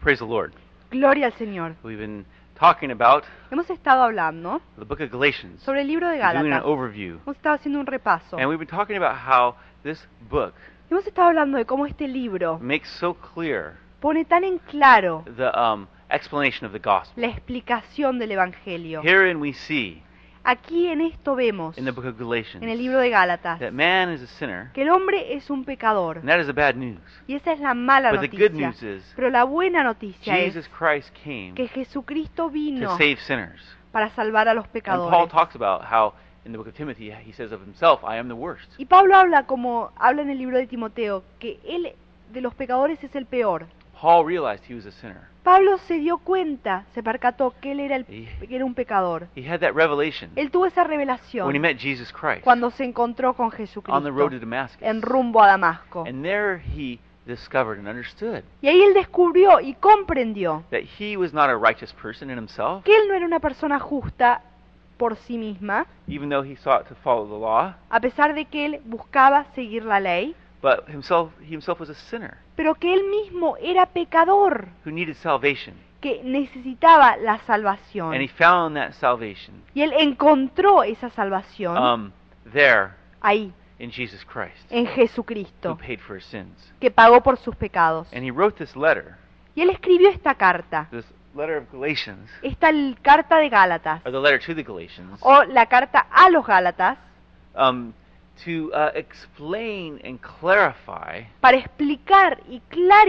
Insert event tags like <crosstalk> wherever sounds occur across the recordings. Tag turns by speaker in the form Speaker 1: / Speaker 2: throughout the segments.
Speaker 1: Praise the Lord.
Speaker 2: Gloria al Señor.
Speaker 1: We've been talking about
Speaker 2: Hemos estado hablando
Speaker 1: the book of Galatians,
Speaker 2: sobre el libro de
Speaker 1: doing an
Speaker 2: Gálatas.
Speaker 1: overview.
Speaker 2: Hemos estado haciendo un repaso.
Speaker 1: And we've been talking about how this book
Speaker 2: Hemos estado hablando de cómo este libro
Speaker 1: makes so clear
Speaker 2: pone tan en claro
Speaker 1: the um, explanation of the gospel.
Speaker 2: la explicación del Evangelio.
Speaker 1: Herein we see
Speaker 2: Aquí en esto vemos,
Speaker 1: in the book
Speaker 2: en
Speaker 1: of Galatians,
Speaker 2: el libro de Gálatas,
Speaker 1: that man is a sinner,
Speaker 2: que el hombre es un pecador.
Speaker 1: and that is the bad news.
Speaker 2: Y esa es la mala
Speaker 1: But the good
Speaker 2: noticia.
Speaker 1: news is
Speaker 2: Pero la buena noticia
Speaker 1: Jesus
Speaker 2: es
Speaker 1: Christ came
Speaker 2: que Jesucristo
Speaker 1: to
Speaker 2: vino
Speaker 1: save sinners.
Speaker 2: para salvar a los
Speaker 1: And Paul
Speaker 2: pecadores.
Speaker 1: talks about how in the book of Timothy he says of himself, I am the worst.
Speaker 2: Y Pablo habla como habla en el libro de Timoteo, que él de los pecadores es el peor.
Speaker 1: Paul realized he was a sinner.
Speaker 2: Pablo se dio cuenta, se percató que él era, el,
Speaker 1: He,
Speaker 2: que era un pecador.
Speaker 1: he had that revelation
Speaker 2: Él tuvo esa
Speaker 1: when he
Speaker 2: revelación
Speaker 1: met Jesus Christ
Speaker 2: cuando se encontró con
Speaker 1: on the road to
Speaker 2: Jesucristo
Speaker 1: Damascus.
Speaker 2: en rumbo a Damasco.
Speaker 1: And there he discovered and understood
Speaker 2: Y ahí él descubrió y comprendió
Speaker 1: that he was not a righteous person in himself,
Speaker 2: que él no era una persona justa por sí misma,
Speaker 1: even though he sought to follow the law,
Speaker 2: a pesar de que él buscaba seguir la ley,
Speaker 1: but himself he himself was a sinner
Speaker 2: pero que él mismo era pecador,
Speaker 1: who needed salvation.
Speaker 2: que necesitaba la
Speaker 1: And he
Speaker 2: salvación.
Speaker 1: found that salvation
Speaker 2: Y él encontró esa salvación
Speaker 1: um, there
Speaker 2: ahí,
Speaker 1: in Jesus Christ,
Speaker 2: en
Speaker 1: who
Speaker 2: Jesucristo,
Speaker 1: paid for his sins.
Speaker 2: que pagó por sus pecados.
Speaker 1: And he wrote this letter,
Speaker 2: Y él escribió esta carta,
Speaker 1: this letter of Galatians,
Speaker 2: esta l- carta de Gálatas,
Speaker 1: or the letter to the Galatians,
Speaker 2: o la carta a los Gálatas,
Speaker 1: um, to uh, explain and clarify
Speaker 2: para explicar y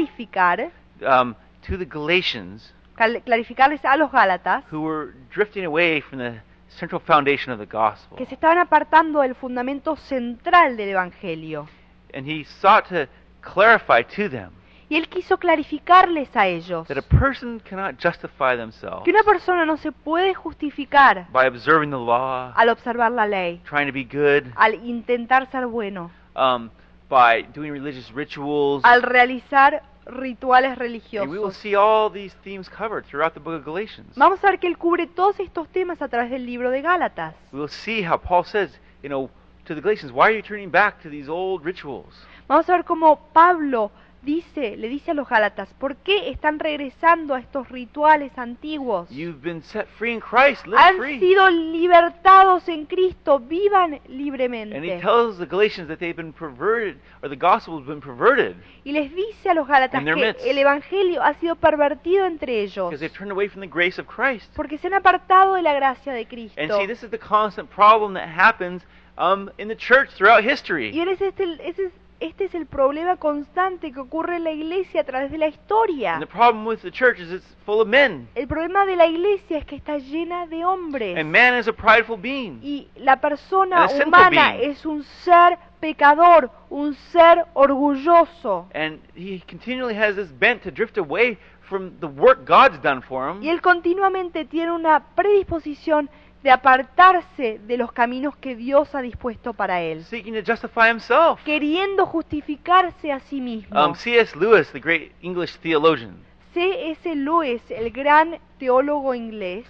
Speaker 2: clarificar,
Speaker 1: um, to the Galatians
Speaker 2: cal- clarificarles a los Gálatas,
Speaker 1: who were drifting away from the central foundation of the gospel.
Speaker 2: que se estaban apartando del fundamento central del Evangelio.
Speaker 1: And he sought to clarify to them
Speaker 2: Y él quiso clarificarles a ellos
Speaker 1: that a
Speaker 2: que
Speaker 1: person cannot justify themselves
Speaker 2: una persona no se puede justificar
Speaker 1: by observing the law,
Speaker 2: al observar la ley,
Speaker 1: trying to be good,
Speaker 2: al intentar ser bueno,
Speaker 1: um, by doing religious rituals.
Speaker 2: al realizar rituales
Speaker 1: And we will
Speaker 2: religiosos.
Speaker 1: see all these themes covered throughout the book of Galatians.
Speaker 2: Vamos a ver que él cubre todos estos temas a través del libro de Gálatas.
Speaker 1: We will see how Paul says, you know, to the Galatians, why are you turning back to these old rituals?
Speaker 2: Vamos a ver cómo Pablo dice, le dice a los Gálatas, ¿por qué están regresando a estos rituales antiguos?
Speaker 1: You've been set free in Christ, live
Speaker 2: Han
Speaker 1: free.
Speaker 2: sido libertados en Cristo, vivan
Speaker 1: And he
Speaker 2: libremente.
Speaker 1: tells the Galatians that they've been perverted, or the gospel has been perverted,
Speaker 2: Y les dice a los Gálatas
Speaker 1: In their
Speaker 2: que
Speaker 1: midst.
Speaker 2: el Evangelio ha sido pervertido entre ellos,
Speaker 1: because they've turned away from the grace of Christ.
Speaker 2: porque se han apartado de la gracia de
Speaker 1: And
Speaker 2: Cristo.
Speaker 1: see, this is the constant problem that happens um, in the church throughout
Speaker 2: Y
Speaker 1: history.
Speaker 2: él es este, ese es- este es el problema constante que ocurre en la iglesia a través de la historia.
Speaker 1: And the problem with the church is it's full of men.
Speaker 2: El problema de la iglesia es que está llena de hombres.
Speaker 1: And man is a prideful being.
Speaker 2: Y la persona
Speaker 1: And a sinful
Speaker 2: humana
Speaker 1: being.
Speaker 2: es un ser pecador, un ser orgulloso.
Speaker 1: And he continually has this bent to drift away from the work God's done for him.
Speaker 2: Y él continuamente tiene una predisposición de apartarse de los caminos que Dios ha dispuesto para él,
Speaker 1: seeking to justify himself.
Speaker 2: queriendo justificarse a sí mismo.
Speaker 1: Um, C.S. Lewis, the great English theologian,
Speaker 2: C.S. Lewis, el gran teólogo inglés,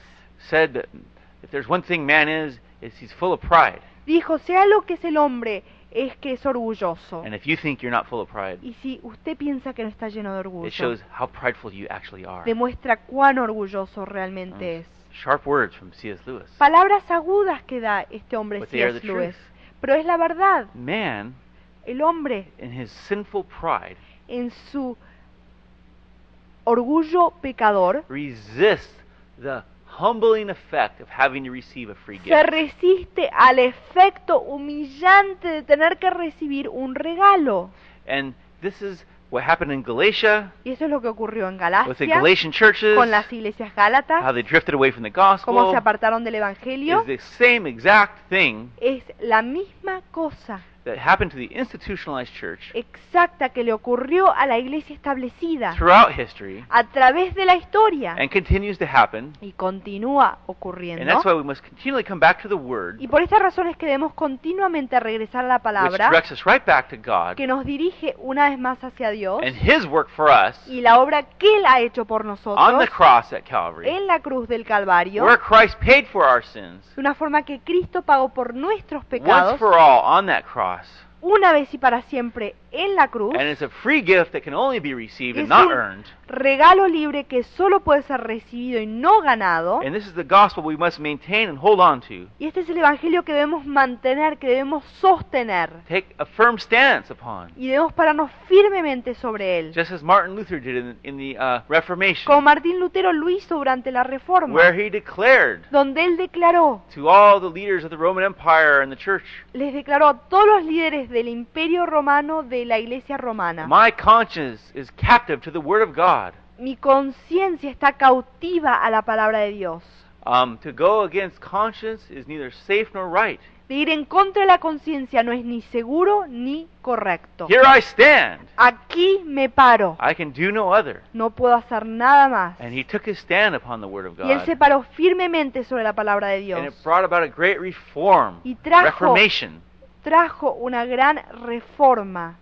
Speaker 1: said that if there's one thing man is, is he's full of pride.
Speaker 2: dijo, sea lo que es el hombre, es que es orgulloso.
Speaker 1: And if you think you're not full of pride,
Speaker 2: Y si usted piensa que no está lleno de
Speaker 1: it
Speaker 2: orgullo,
Speaker 1: shows how prideful you actually are.
Speaker 2: demuestra cuán orgulloso
Speaker 1: Um,
Speaker 2: realmente es.
Speaker 1: Sharp words from C.S. Lewis.
Speaker 2: Palabras agudas que da este hombre
Speaker 1: But they are
Speaker 2: C.S.
Speaker 1: the
Speaker 2: Lewis.
Speaker 1: truth.
Speaker 2: Pero es la verdad.
Speaker 1: Man,
Speaker 2: El hombre,
Speaker 1: in his sinful pride,
Speaker 2: en su orgullo pecador,
Speaker 1: resists the humbling effect of having to receive a free
Speaker 2: se
Speaker 1: gift.
Speaker 2: resiste al efecto humillante de tener que recibir un regalo.
Speaker 1: And this is what happened in Galatia
Speaker 2: Y eso es lo que ocurrió en
Speaker 1: with the
Speaker 2: Galacia,
Speaker 1: Galatian churches,
Speaker 2: con las iglesias
Speaker 1: how
Speaker 2: gálatas,
Speaker 1: they drifted away from the gospel.
Speaker 2: cómo se apartaron del Evangelio.
Speaker 1: is the same exact thing
Speaker 2: Es la misma cosa
Speaker 1: that happened to the institutionalized church
Speaker 2: exacta que le ocurrió a la iglesia establecida
Speaker 1: throughout history
Speaker 2: a través de la historia.
Speaker 1: and continues to happen.
Speaker 2: y continúa
Speaker 1: And
Speaker 2: ocurriendo.
Speaker 1: that's why we must continually come back to the Word,
Speaker 2: Y por esta razón es que debemos continuamente regresar a la
Speaker 1: which
Speaker 2: palabra
Speaker 1: directs us right back to God
Speaker 2: que nos dirige una vez más hacia Dios
Speaker 1: and His work for us
Speaker 2: y la obra que Él ha hecho por
Speaker 1: on the
Speaker 2: nosotros
Speaker 1: cross at Calvary,
Speaker 2: en la cruz del Calvario,
Speaker 1: where Christ paid for our sins
Speaker 2: de una forma que Cristo pagó por nuestros
Speaker 1: once
Speaker 2: pecados
Speaker 1: for all on that cross.
Speaker 2: una vez y para siempre en la cruz.
Speaker 1: And it's a free gift that can only be received
Speaker 2: Es
Speaker 1: and not
Speaker 2: un
Speaker 1: earned.
Speaker 2: regalo libre que solo puede ser recibido y no ganado.
Speaker 1: And this is the gospel we must maintain and hold on to.
Speaker 2: Y este es el evangelio que debemos mantener, que debemos sostener.
Speaker 1: Take a firm stance upon.
Speaker 2: Y debemos pararnos firmemente sobre él.
Speaker 1: Just as Martin Luther did in, in the uh, Reformation,
Speaker 2: Como Martín Lutero lo hizo durante la Reforma,
Speaker 1: where he declared
Speaker 2: donde él declaró,
Speaker 1: to all the leaders of the Roman Empire and the church,
Speaker 2: les declaró a todos los líderes del Imperio Romano, de la Iglesia Romana,
Speaker 1: My conscience is captive to the Word of God.
Speaker 2: mi conciencia está cautiva a la palabra de Dios.
Speaker 1: Um, to go against conscience is neither safe nor right.
Speaker 2: De ir en contra de la conciencia no es ni seguro ni correcto.
Speaker 1: Here I stand.
Speaker 2: Aquí me paro,
Speaker 1: I can do no other.
Speaker 2: no puedo hacer nada más.
Speaker 1: And he took his stand upon the Word of
Speaker 2: Y él
Speaker 1: God.
Speaker 2: se paró firmemente sobre la palabra de
Speaker 1: And it
Speaker 2: Dios.
Speaker 1: brought about a great reform,
Speaker 2: Y trajo-
Speaker 1: reformation.
Speaker 2: Trajo una gran reforma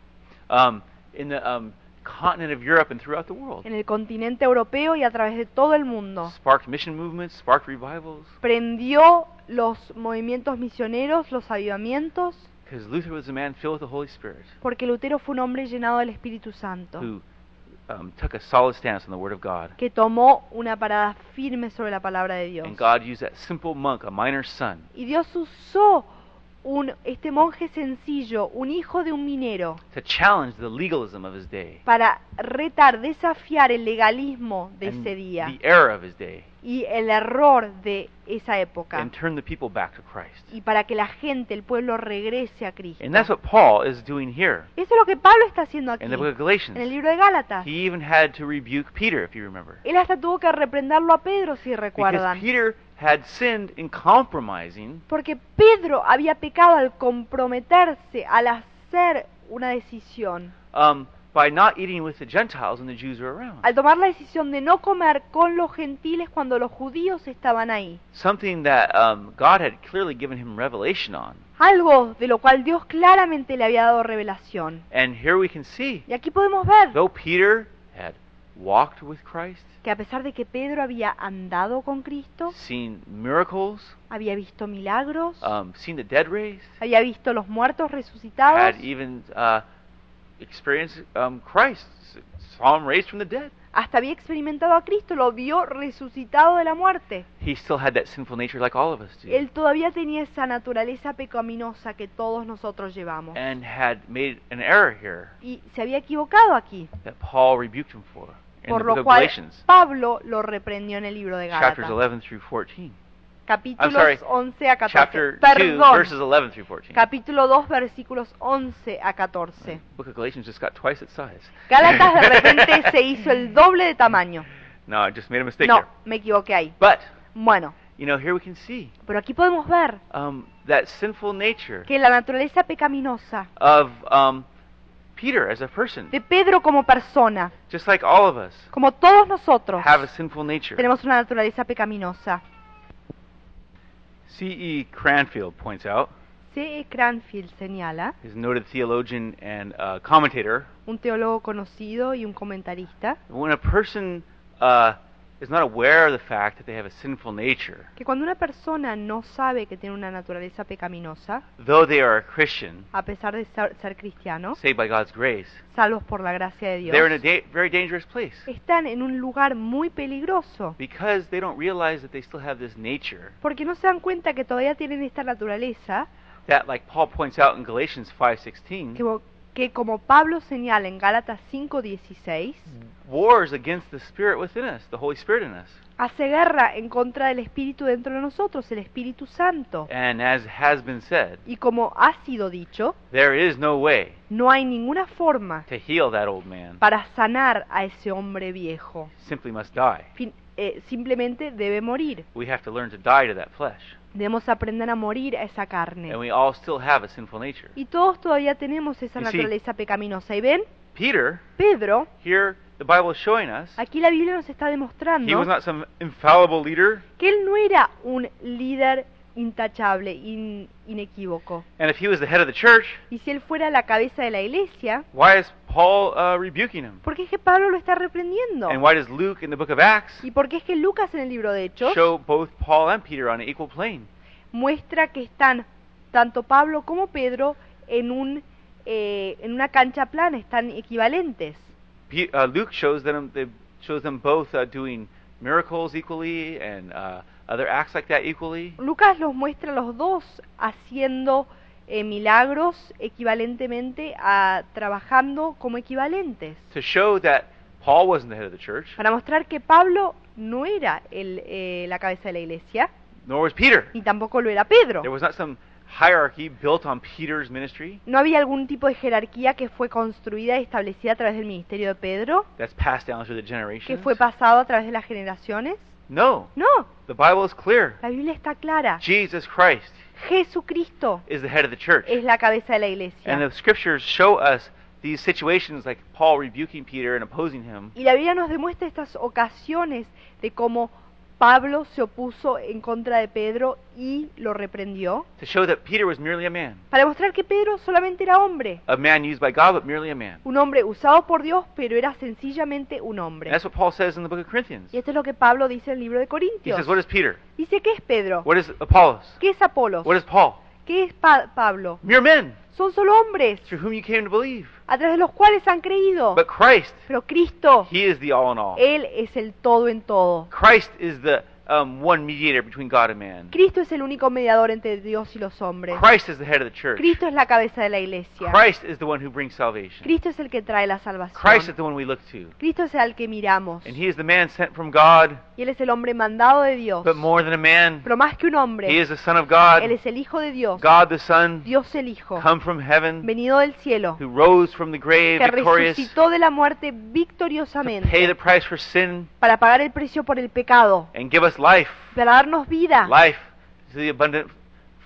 Speaker 1: um, in the um, continent of Europe and throughout the world.
Speaker 2: en el continente europeo y a través de todo el mundo.
Speaker 1: Sparked mission movements, sparked revivals,
Speaker 2: Prendió los movimientos misioneros, los avivamientos,
Speaker 1: because Luther was a man filled with the Holy Spirit
Speaker 2: porque Lutero fue un hombre llenado del Espíritu Santo,
Speaker 1: who um, took a solid stance on the Word of God.
Speaker 2: que tomó una parada firme sobre la palabra de Dios.
Speaker 1: And God used that simple monk, a miner's son,
Speaker 2: Y Dios usó un, este monje sencillo, un hijo de un minero,
Speaker 1: to challenge the legalism of his day
Speaker 2: para retar, desafiar el legalismo de
Speaker 1: and
Speaker 2: ese día
Speaker 1: the error of his day
Speaker 2: y el error de esa época,
Speaker 1: and turn the people back to Christ.
Speaker 2: y para que la gente, el pueblo regrese a Cristo.
Speaker 1: And that's what Paul is doing here
Speaker 2: Eso es lo que Pablo está haciendo aquí,
Speaker 1: in the book of
Speaker 2: en el
Speaker 1: Galatians.
Speaker 2: libro de Gálatas.
Speaker 1: He even had to rebuke Peter, if you remember.
Speaker 2: Él hasta tuvo que reprenderlo a Pedro, si
Speaker 1: Because
Speaker 2: recuerdan.
Speaker 1: Peter had sinned in compromising
Speaker 2: Porque Pedro había pecado al comprometerse, al hacer una decisión,
Speaker 1: um, by not eating with the Gentiles when the Jews were around.
Speaker 2: al tomar la decisión de no comer con los gentiles cuando los judíos estaban ahí.
Speaker 1: Something that um, God had clearly given him revelation on.
Speaker 2: Algo de lo cual Dios claramente le había dado revelación.
Speaker 1: And here we can see,
Speaker 2: Y aquí podemos ver
Speaker 1: though Peter had walked with Christ,
Speaker 2: que a pesar de que Pedro había andado con Cristo,
Speaker 1: seen miracles,
Speaker 2: había visto milagros,
Speaker 1: um, seen the dead raised,
Speaker 2: había visto los muertos resucitados,
Speaker 1: had even uh, experienced um, Christ, s- saw him raised from the dead.
Speaker 2: hasta había experimentado a Cristo, lo vio resucitado de la muerte.
Speaker 1: He still had that sinful nature like all of us do.
Speaker 2: Él todavía tenía esa naturaleza pecaminosa que todos nosotros llevamos.
Speaker 1: And had made an error here
Speaker 2: Y se había equivocado aquí,
Speaker 1: that Paul rebuked him for in
Speaker 2: por
Speaker 1: the book
Speaker 2: lo
Speaker 1: of
Speaker 2: cual
Speaker 1: Galatians,
Speaker 2: Pablo lo reprendió en el libro de
Speaker 1: chapters
Speaker 2: Gálatas.
Speaker 1: 11 through 14.
Speaker 2: Capítulos
Speaker 1: I'm sorry,
Speaker 2: 11 a 14.
Speaker 1: Chapter 2, verses
Speaker 2: Perdón.
Speaker 1: 11 through 14.
Speaker 2: Capítulo 2, versículos 11 a 14.
Speaker 1: book of Galatians just got twice its size.
Speaker 2: Gálatas
Speaker 1: <laughs>
Speaker 2: de repente se hizo el doble de tamaño.
Speaker 1: No, I just made a mistake
Speaker 2: No,
Speaker 1: there.
Speaker 2: me equivoqué ahí.
Speaker 1: But,
Speaker 2: Bueno,
Speaker 1: you know, here we can see
Speaker 2: pero aquí podemos ver
Speaker 1: um, that sinful nature
Speaker 2: que la naturaleza pecaminosa
Speaker 1: of um, Peter as a person,
Speaker 2: de Pedro como persona,
Speaker 1: just like all of us,
Speaker 2: como todos nosotros,
Speaker 1: have a sinful nature.
Speaker 2: tenemos una naturaleza pecaminosa.
Speaker 1: C.E. E Cranfield points out,
Speaker 2: C.E. Cranfield señala,
Speaker 1: his noted theologian and uh, commentator,
Speaker 2: un teólogo conocido y un comentarista,
Speaker 1: when a person uh, is not aware of the fact that they have a sinful nature,
Speaker 2: que cuando una persona no sabe que tiene una naturaleza pecaminosa,
Speaker 1: though they are a Christian,
Speaker 2: a pesar de ser, ser cristianos,
Speaker 1: saved by God's grace,
Speaker 2: salvos por la gracia de Dios,
Speaker 1: they're in a da- very dangerous place
Speaker 2: están en un lugar muy peligroso,
Speaker 1: because they don't realize that they still have this nature
Speaker 2: porque no se dan cuenta que todavía tienen esta naturaleza,
Speaker 1: that like Paul points out in Galatians
Speaker 2: que,
Speaker 1: 5:16
Speaker 2: vo- que como Pablo señala en Gálatas 5:16,
Speaker 1: wars against the spirit within us, the Holy Spirit in us.
Speaker 2: hace guerra en contra del Espíritu dentro de nosotros, el Espíritu Santo.
Speaker 1: And as has been said,
Speaker 2: Y como ha sido dicho,
Speaker 1: there is no way
Speaker 2: no hay ninguna forma
Speaker 1: to heal that old man.
Speaker 2: para sanar a ese hombre viejo.
Speaker 1: Simply must die.
Speaker 2: Fin- eh, simplemente debe morir.
Speaker 1: We have to learn to die to that flesh.
Speaker 2: Debemos aprender a morir a esa
Speaker 1: And
Speaker 2: carne.
Speaker 1: we all still have a sinful nature.
Speaker 2: Y todos todavía tenemos esa
Speaker 1: Y sí.
Speaker 2: naturaleza pecaminosa. ¿Y ven?
Speaker 1: Peter,
Speaker 2: Pedro,
Speaker 1: here the Bible is showing us,
Speaker 2: aquí la Biblia nos está
Speaker 1: he was
Speaker 2: demostrando
Speaker 1: not some infallible leader,
Speaker 2: que él no era un líder intachable, in- inequívoco.
Speaker 1: and if he was the head of the church,
Speaker 2: Y si él fuera la cabeza de la iglesia,
Speaker 1: why is Paul uh, rebuking him?
Speaker 2: ¿por qué es que Pablo lo está reprendiendo?
Speaker 1: And why does Luke in the book of Acts
Speaker 2: ¿Y por qué es que Lucas en el libro de Hechos
Speaker 1: show both Paul and Peter on an equal plane?
Speaker 2: muestra que están tanto Pablo como Pedro en un eh, en una cancha plana, están equivalentes.
Speaker 1: Pe- uh, Luke shows them they- shows them both uh, doing miracles equally and uh, other acts like that equally.
Speaker 2: Lucas los muestra a los dos haciendo eh, milagros equivalentemente a trabajando como equivalentes.
Speaker 1: to show that Paul wasn't the head of the church,
Speaker 2: Para mostrar que Pablo no era el, eh, la cabeza de la iglesia,
Speaker 1: nor was Peter.
Speaker 2: ni tampoco lo era Pedro.
Speaker 1: There was not some hierarchy built on Peter's ministry
Speaker 2: No había algún tipo de jerarquía que fue construida y establecida a través del ministerio de Pedro,
Speaker 1: that's passed down through the
Speaker 2: que
Speaker 1: generations.
Speaker 2: fue pasado a través de las generaciones.
Speaker 1: No,
Speaker 2: No,
Speaker 1: the Bible is clear.
Speaker 2: la Biblia está clara.
Speaker 1: Jesus Christ
Speaker 2: Jesucristo
Speaker 1: is the head of the church.
Speaker 2: es la cabeza de la
Speaker 1: And
Speaker 2: iglesia.
Speaker 1: the scriptures show us these situations like Paul rebuking Peter and opposing him
Speaker 2: Y la Biblia nos demuestra estas ocasiones de cómo Pablo se opuso en contra de Pedro y lo reprendió,
Speaker 1: to show that Peter was merely a man,
Speaker 2: para mostrar que Pedro solamente era hombre,
Speaker 1: a man used by God, but merely a man.
Speaker 2: un hombre usado por Dios, pero era sencillamente un
Speaker 1: And
Speaker 2: hombre.
Speaker 1: that's what Paul says in the book of Corinthians.
Speaker 2: Y esto es lo que Pablo dice en el libro de
Speaker 1: He says,
Speaker 2: Corintios.
Speaker 1: What is Peter?
Speaker 2: Dice, ¿qué es Pedro?
Speaker 1: What is Apollos?
Speaker 2: ¿Qué es Apolos?
Speaker 1: What is Paul?
Speaker 2: ¿Qué es Pa- Pablo?
Speaker 1: Mere men
Speaker 2: Son solo hombres,
Speaker 1: through whom you came to believe.
Speaker 2: a través de los cuales han creído.
Speaker 1: But Christ
Speaker 2: Pero Cristo,
Speaker 1: He is the all in all.
Speaker 2: Él es el todo en todo.
Speaker 1: Christ is the um, one mediator between God and man.
Speaker 2: Cristo es el único mediador entre Dios y los hombres.
Speaker 1: Christ is the head of the church.
Speaker 2: Cristo es la cabeza de la iglesia.
Speaker 1: Christ is the one who brings salvation.
Speaker 2: Cristo es el que trae la
Speaker 1: Christ is
Speaker 2: salvación.
Speaker 1: the one we look to.
Speaker 2: Cristo es al que miramos.
Speaker 1: And he is the man sent from God,
Speaker 2: Y Él es el hombre mandado de Dios.
Speaker 1: but more than a man.
Speaker 2: Pero más que un
Speaker 1: He
Speaker 2: hombre,
Speaker 1: is the Son of
Speaker 2: Él
Speaker 1: God,
Speaker 2: es el Hijo de Dios.
Speaker 1: God the Son,
Speaker 2: Dios el Hijo,
Speaker 1: come from heaven,
Speaker 2: venido del cielo,
Speaker 1: who rose from the grave
Speaker 2: que
Speaker 1: victorious to
Speaker 2: resucitó de la muerte
Speaker 1: pay the
Speaker 2: victoriosamente
Speaker 1: price for sin
Speaker 2: para pagar el precio por el pecado.
Speaker 1: and give us life,
Speaker 2: para darnos vida,
Speaker 1: life to the abundant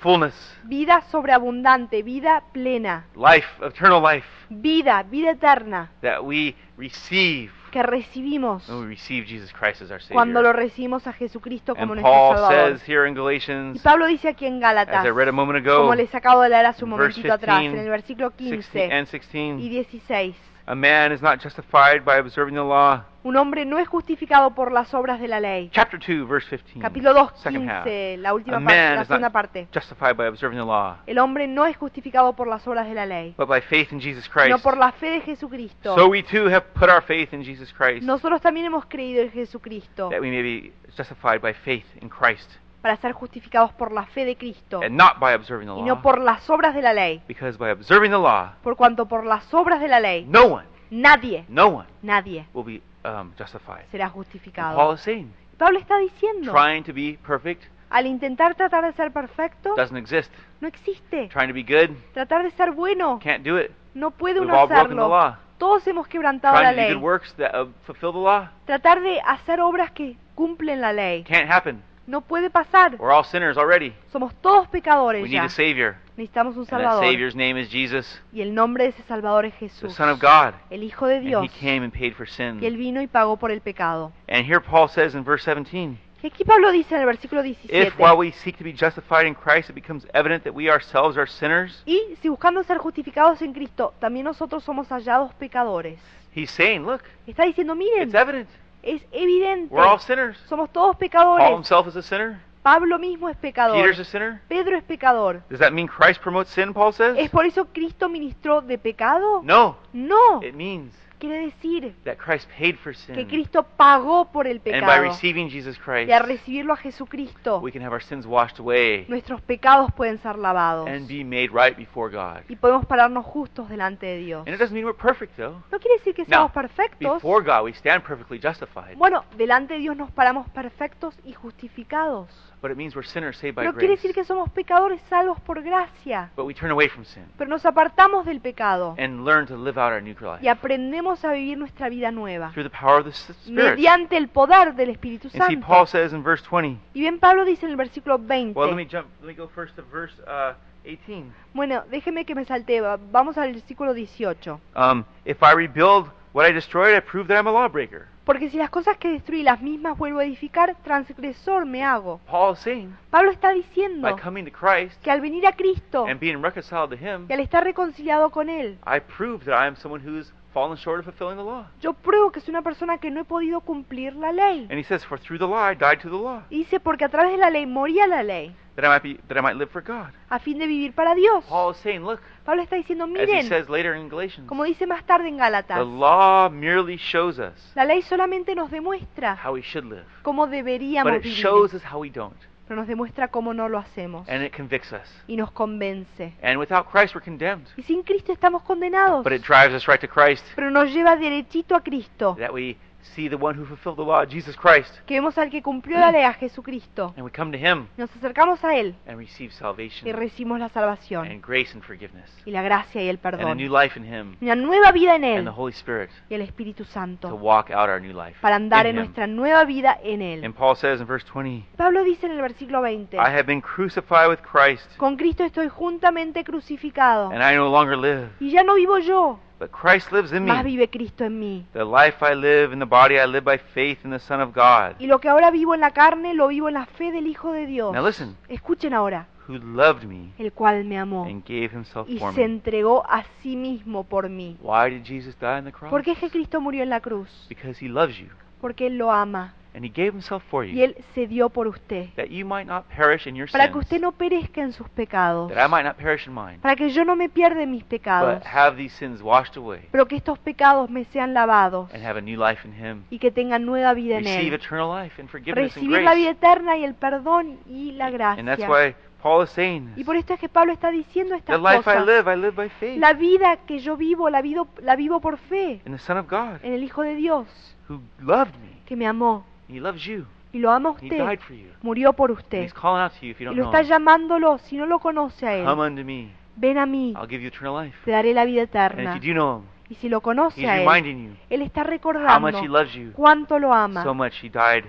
Speaker 1: fullness,
Speaker 2: vida sobreabundante, vida plena,
Speaker 1: life, eternal life
Speaker 2: vida, vida eterna
Speaker 1: that we receive
Speaker 2: que recibimos
Speaker 1: when Oh, we receive Jesus Christ as our
Speaker 2: cuando
Speaker 1: Savior.
Speaker 2: lo recibimos a Jesucristo como
Speaker 1: And
Speaker 2: nuestro
Speaker 1: Paul
Speaker 2: Salvador.
Speaker 1: says here in
Speaker 2: Y
Speaker 1: Galatians,
Speaker 2: Pablo dice aquí en Gálatas,
Speaker 1: as I read a moment
Speaker 2: como
Speaker 1: ago,
Speaker 2: les acabo de leer hace un
Speaker 1: in
Speaker 2: momentito
Speaker 1: verse
Speaker 2: atrás,
Speaker 1: 15,
Speaker 2: en el versículo
Speaker 1: 16
Speaker 2: 15
Speaker 1: and
Speaker 2: y
Speaker 1: 16,
Speaker 2: 16,
Speaker 1: a man is not justified by observing the law.
Speaker 2: un hombre no es justificado por las obras de la ley.
Speaker 1: Chapter 2, verse 15.
Speaker 2: Capítulo 2,
Speaker 1: second half.
Speaker 2: 15, la última
Speaker 1: A
Speaker 2: parte,
Speaker 1: man
Speaker 2: la
Speaker 1: is not
Speaker 2: segunda parte.
Speaker 1: justified by observing the law,
Speaker 2: El hombre no es justificado por las obras de la ley,
Speaker 1: but by faith in Jesus
Speaker 2: sino
Speaker 1: Christ.
Speaker 2: por la fe de Jesucristo.
Speaker 1: So we too have put our faith in Jesus Christ,
Speaker 2: Nosotros también hemos creído en Jesucristo
Speaker 1: that we may be justified by faith in Christ,
Speaker 2: para ser justificados por la fe de Cristo
Speaker 1: and not by observing the
Speaker 2: y no
Speaker 1: law.
Speaker 2: por las obras de la ley.
Speaker 1: Because by observing the law,
Speaker 2: Por cuanto por las obras de la ley,
Speaker 1: no one,
Speaker 2: nadie,
Speaker 1: no one
Speaker 2: nadie
Speaker 1: will be um, justified.
Speaker 2: será
Speaker 1: And Paul
Speaker 2: justificado.
Speaker 1: is saying,
Speaker 2: Pablo está diciendo,
Speaker 1: trying to be perfect
Speaker 2: al intentar tratar de ser perfecto,
Speaker 1: doesn't exist.
Speaker 2: no existe.
Speaker 1: Trying to be good,
Speaker 2: Tratar de ser bueno,
Speaker 1: can't do it.
Speaker 2: no puede
Speaker 1: We've
Speaker 2: uno
Speaker 1: all broken the
Speaker 2: hacerlo.
Speaker 1: law.
Speaker 2: Todos hemos quebrantado la
Speaker 1: Trying to do
Speaker 2: ley.
Speaker 1: good works that uh, fulfill the law
Speaker 2: Tratar de hacer obras que cumplen la ley
Speaker 1: can't happen.
Speaker 2: no puede pasar.
Speaker 1: We're all sinners already.
Speaker 2: Somos todos pecadores
Speaker 1: We need
Speaker 2: ya.
Speaker 1: a Savior.
Speaker 2: Necesitamos un
Speaker 1: And that
Speaker 2: Salvador.
Speaker 1: Savior's name is Jesus,
Speaker 2: Y el nombre de ese Salvador es
Speaker 1: the
Speaker 2: Jesús,
Speaker 1: Son of God.
Speaker 2: el Hijo de
Speaker 1: And
Speaker 2: Dios.
Speaker 1: He came and paid for
Speaker 2: Y él
Speaker 1: sin.
Speaker 2: vino y pagó por el pecado.
Speaker 1: And here Paul says in verse 17
Speaker 2: Y aquí Pablo dice en el versículo 17,
Speaker 1: If while we seek to be justified in Christ, it becomes evident that we ourselves are sinners,
Speaker 2: y si buscando ser justificados en Cristo, también nosotros somos hallados pecadores.
Speaker 1: he's saying, Look,
Speaker 2: Está diciendo, miren,
Speaker 1: it's evident.
Speaker 2: es evidente,
Speaker 1: We're all sinners.
Speaker 2: somos todos
Speaker 1: Paul
Speaker 2: pecadores.
Speaker 1: himself is a sinner,
Speaker 2: Pablo mismo es pecador,
Speaker 1: Peter's a sinner.
Speaker 2: Pedro es pecador.
Speaker 1: Does that mean Christ promotes sin, Paul
Speaker 2: ¿Es
Speaker 1: says?
Speaker 2: por eso Cristo ministró de pecado?
Speaker 1: No,
Speaker 2: No,
Speaker 1: it means
Speaker 2: quiere decir
Speaker 1: that Christ paid for
Speaker 2: que
Speaker 1: sin.
Speaker 2: Cristo pagó por el
Speaker 1: And by
Speaker 2: pecado.
Speaker 1: receiving Jesus
Speaker 2: Y
Speaker 1: Christ,
Speaker 2: al recibirlo a Jesucristo,
Speaker 1: we can have our sins washed away
Speaker 2: nuestros pecados pueden ser lavados
Speaker 1: and be made right before God.
Speaker 2: y podemos pararnos justos delante de Dios.
Speaker 1: And it doesn't mean we're perfect, though.
Speaker 2: No quiere decir que
Speaker 1: No.
Speaker 2: seamos perfectos.
Speaker 1: Before God, we stand perfectly justified.
Speaker 2: Bueno, delante de Dios nos paramos perfectos y justificados.
Speaker 1: But it means we're sinners saved by
Speaker 2: No quiere
Speaker 1: grace.
Speaker 2: decir que somos pecadores salvos por gracia,
Speaker 1: But we turn away from sin
Speaker 2: pero nos apartamos del pecado
Speaker 1: and learn to live out our new life
Speaker 2: y aprendemos a vivir nuestra vida nueva
Speaker 1: through the power of the S- Spirit.
Speaker 2: mediante el poder del Espíritu
Speaker 1: And see, Paul
Speaker 2: Santo.
Speaker 1: says in verse 20.
Speaker 2: Y bien Pablo dice en el versículo 20,
Speaker 1: Well, let me jump. Let me go first to verse uh, 18.
Speaker 2: bueno, déjeme que me salte, va- vamos al versículo 18.
Speaker 1: Um, if I rebuild what I destroyed, I prove that I'm a lawbreaker.
Speaker 2: Porque si las cosas que destruí las mismas vuelvo a edificar, transgresor me hago.
Speaker 1: Paul is saying,
Speaker 2: Pablo está
Speaker 1: by
Speaker 2: diciendo
Speaker 1: coming to Christ
Speaker 2: que al venir a Cristo
Speaker 1: and being reconciled to Him,
Speaker 2: y al estar reconciliado con Él,
Speaker 1: I prove that I am someone who's fallen short of fulfilling the law.
Speaker 2: Yo pruebo que soy una persona que no he podido cumplir la ley.
Speaker 1: And he says, for through the law, I died to the law.
Speaker 2: Dice, porque a través de la ley moría la ley.
Speaker 1: that I might be that I might live for God.
Speaker 2: a fin de vivir para Dios.
Speaker 1: Paul is saying, look,
Speaker 2: Pablo está diciendo,
Speaker 1: as he
Speaker 2: miren,
Speaker 1: says later in Galatians,
Speaker 2: como dice más tarde en Gálatas,
Speaker 1: the law merely shows us
Speaker 2: la ley solamente nos demuestra
Speaker 1: how we should live,
Speaker 2: cómo
Speaker 1: but
Speaker 2: deberíamos
Speaker 1: it
Speaker 2: vivir,
Speaker 1: shows us how we don't,
Speaker 2: pero nos demuestra cómo no lo hacemos
Speaker 1: and it convicts us.
Speaker 2: y nos convence.
Speaker 1: And without Christ, we're condemned.
Speaker 2: Y sin Cristo estamos condenados,
Speaker 1: But it drives us right to Christ,
Speaker 2: pero nos lleva derechito a Cristo,
Speaker 1: that we see the one who fulfilled the law, Jesus Christ,
Speaker 2: que vemos al que cumplió la ley a Jesucristo.
Speaker 1: and we come to Him
Speaker 2: Nos acercamos a Él
Speaker 1: and receive
Speaker 2: y
Speaker 1: salvation
Speaker 2: recibimos la salvación
Speaker 1: and grace and forgiveness
Speaker 2: y la gracia y el
Speaker 1: and a new
Speaker 2: perdón.
Speaker 1: life in Him
Speaker 2: Una nueva vida en
Speaker 1: and the
Speaker 2: Él
Speaker 1: Holy Spirit
Speaker 2: y el Espíritu
Speaker 1: to
Speaker 2: Santo
Speaker 1: walk out our new life.
Speaker 2: para andar en
Speaker 1: in Him.
Speaker 2: nuestra nueva vida en Él.
Speaker 1: And Paul says in verse 20,
Speaker 2: Pablo dice en el versículo 20,
Speaker 1: I have been crucified with Christ,
Speaker 2: con Cristo estoy juntamente crucificado
Speaker 1: and I no longer live,
Speaker 2: y ya no vivo yo,
Speaker 1: but Christ lives in
Speaker 2: más
Speaker 1: me.
Speaker 2: vive Cristo en mí.
Speaker 1: The life I live in the body I live by faith in the Son of God.
Speaker 2: Y lo que ahora vivo en la carne, lo vivo en la fe del Hijo de Dios.
Speaker 1: Now listen,
Speaker 2: Escuchen ahora,
Speaker 1: who loved me
Speaker 2: el cual me amó
Speaker 1: and gave himself
Speaker 2: y
Speaker 1: for
Speaker 2: se
Speaker 1: me.
Speaker 2: entregó a sí mismo por mí.
Speaker 1: Why did Jesus die on the cross?
Speaker 2: ¿Por qué es que Cristo murió en la cruz?
Speaker 1: Because he loves you,
Speaker 2: Porque Él lo ama
Speaker 1: and he gave himself for
Speaker 2: y
Speaker 1: you,
Speaker 2: Él se dio por usted.
Speaker 1: that you might not perish in your
Speaker 2: Para que usted
Speaker 1: sins,
Speaker 2: no perezca en sus pecados.
Speaker 1: that I might not perish in mine,
Speaker 2: Para que yo no me pierda en mis pecados.
Speaker 1: but have these sins washed away
Speaker 2: Pero que estos pecados me sean lavados
Speaker 1: and have a new life in him.
Speaker 2: y que tengan nueva vida en
Speaker 1: Receive
Speaker 2: Él.
Speaker 1: eternal life and forgiveness and
Speaker 2: Recibir la vida
Speaker 1: grace.
Speaker 2: eterna y el perdón y la
Speaker 1: And that's
Speaker 2: gracia.
Speaker 1: why Paul is saying
Speaker 2: Y
Speaker 1: this.
Speaker 2: por esto es que Pablo está diciendo
Speaker 1: The
Speaker 2: estas
Speaker 1: life I
Speaker 2: cosas.
Speaker 1: live, I live by faith
Speaker 2: La vida que yo vivo, la vivo, la vivo por fe
Speaker 1: in the Son of God
Speaker 2: en el Hijo de Dios,
Speaker 1: who loved me.
Speaker 2: que me amó
Speaker 1: He loves you.
Speaker 2: y lo ama a
Speaker 1: He
Speaker 2: usted.
Speaker 1: died for you.
Speaker 2: Murió por
Speaker 1: And
Speaker 2: usted.
Speaker 1: he's calling out to you if you
Speaker 2: Y
Speaker 1: don't
Speaker 2: lo
Speaker 1: know.
Speaker 2: está
Speaker 1: Him.
Speaker 2: llamándolo, si no lo conoce a
Speaker 1: Come
Speaker 2: Él.
Speaker 1: unto me.
Speaker 2: Ven a mí,
Speaker 1: I'll give you eternal life.
Speaker 2: te daré la vida
Speaker 1: And if
Speaker 2: eterna.
Speaker 1: you do know him,
Speaker 2: Y si lo
Speaker 1: he's
Speaker 2: conoce a Él,
Speaker 1: reminding you
Speaker 2: Él está
Speaker 1: how much
Speaker 2: recordando
Speaker 1: he loves you.
Speaker 2: cuánto lo
Speaker 1: So
Speaker 2: ama,
Speaker 1: much he died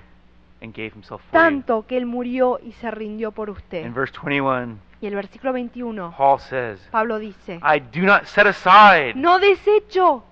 Speaker 1: and gave himself for you.
Speaker 2: tanto que Él murió y se rindió por usted.
Speaker 1: In verse 21,
Speaker 2: Y el versículo 21,
Speaker 1: Paul says,
Speaker 2: Pablo dice,
Speaker 1: I do not set aside
Speaker 2: no desecho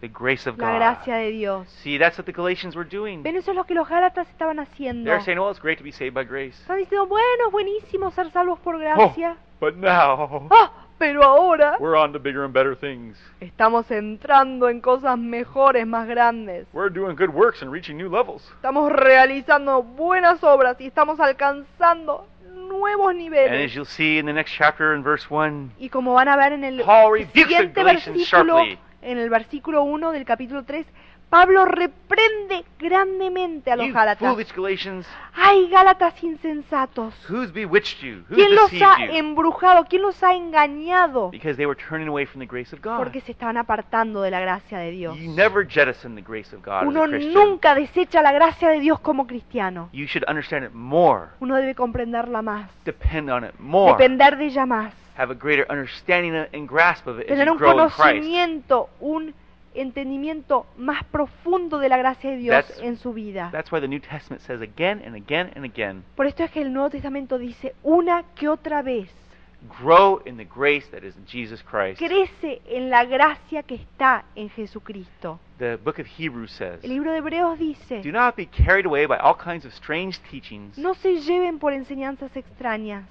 Speaker 1: the grace of
Speaker 2: la
Speaker 1: God.
Speaker 2: gracia de Dios.
Speaker 1: See, that's what the Galatians were doing.
Speaker 2: Ven, eso es lo que los Gálatas estaban haciendo.
Speaker 1: They're saying, well, it's great to be saved by grace.
Speaker 2: Están diciendo, bueno, es buenísimo ser salvos por gracia.
Speaker 1: But
Speaker 2: <laughs>
Speaker 1: now,
Speaker 2: Ah, pero ahora
Speaker 1: we're on to bigger and better things.
Speaker 2: estamos entrando en cosas mejores, más grandes.
Speaker 1: We're doing good works and reaching new levels.
Speaker 2: Estamos realizando buenas obras y estamos alcanzando nuevos
Speaker 1: And as
Speaker 2: niveles.
Speaker 1: you'll see in the next chapter in verse 1,
Speaker 2: Y como van a ver en el
Speaker 1: Paul rebukes the
Speaker 2: siguiente
Speaker 1: Galatians
Speaker 2: versículo,
Speaker 1: sharply.
Speaker 2: en el versículo 1 del capítulo 3, Pablo reprende grandemente a los
Speaker 1: you
Speaker 2: Gálatas.
Speaker 1: foolish Galatians,
Speaker 2: ¡Ay, Gálatas insensatos!
Speaker 1: who's bewitched you? Who's
Speaker 2: ¿Quién los
Speaker 1: deceived
Speaker 2: ha
Speaker 1: you?
Speaker 2: embrujado? ¿Quién los ha engañado?
Speaker 1: Because they were turning away from the grace of God.
Speaker 2: Porque se estaban apartando de la gracia de Dios.
Speaker 1: You never jettison the grace of God
Speaker 2: Uno
Speaker 1: as a Christian.
Speaker 2: nunca desecha la gracia de Dios como cristiano.
Speaker 1: You should understand it more,
Speaker 2: Uno debe comprenderla más,
Speaker 1: depend on it more,
Speaker 2: depender de ella más,
Speaker 1: have a greater understanding and grasp of it as
Speaker 2: tener
Speaker 1: you
Speaker 2: un
Speaker 1: grow in Christ.
Speaker 2: conocimiento, un entendimiento más profundo de la gracia de Dios
Speaker 1: That's-
Speaker 2: en su vida.
Speaker 1: That's why the New Testament says again and again and again,
Speaker 2: Por esto es que el Nuevo Testamento dice una que otra vez,
Speaker 1: grow in the grace that is in Jesus Christ.
Speaker 2: crece en la gracia que está en Jesucristo.
Speaker 1: The book of Hebrews says,
Speaker 2: El libro de Hebreos dice,
Speaker 1: Do not be carried away by all kinds of strange teachings,
Speaker 2: No se lleven por enseñanzas extrañas,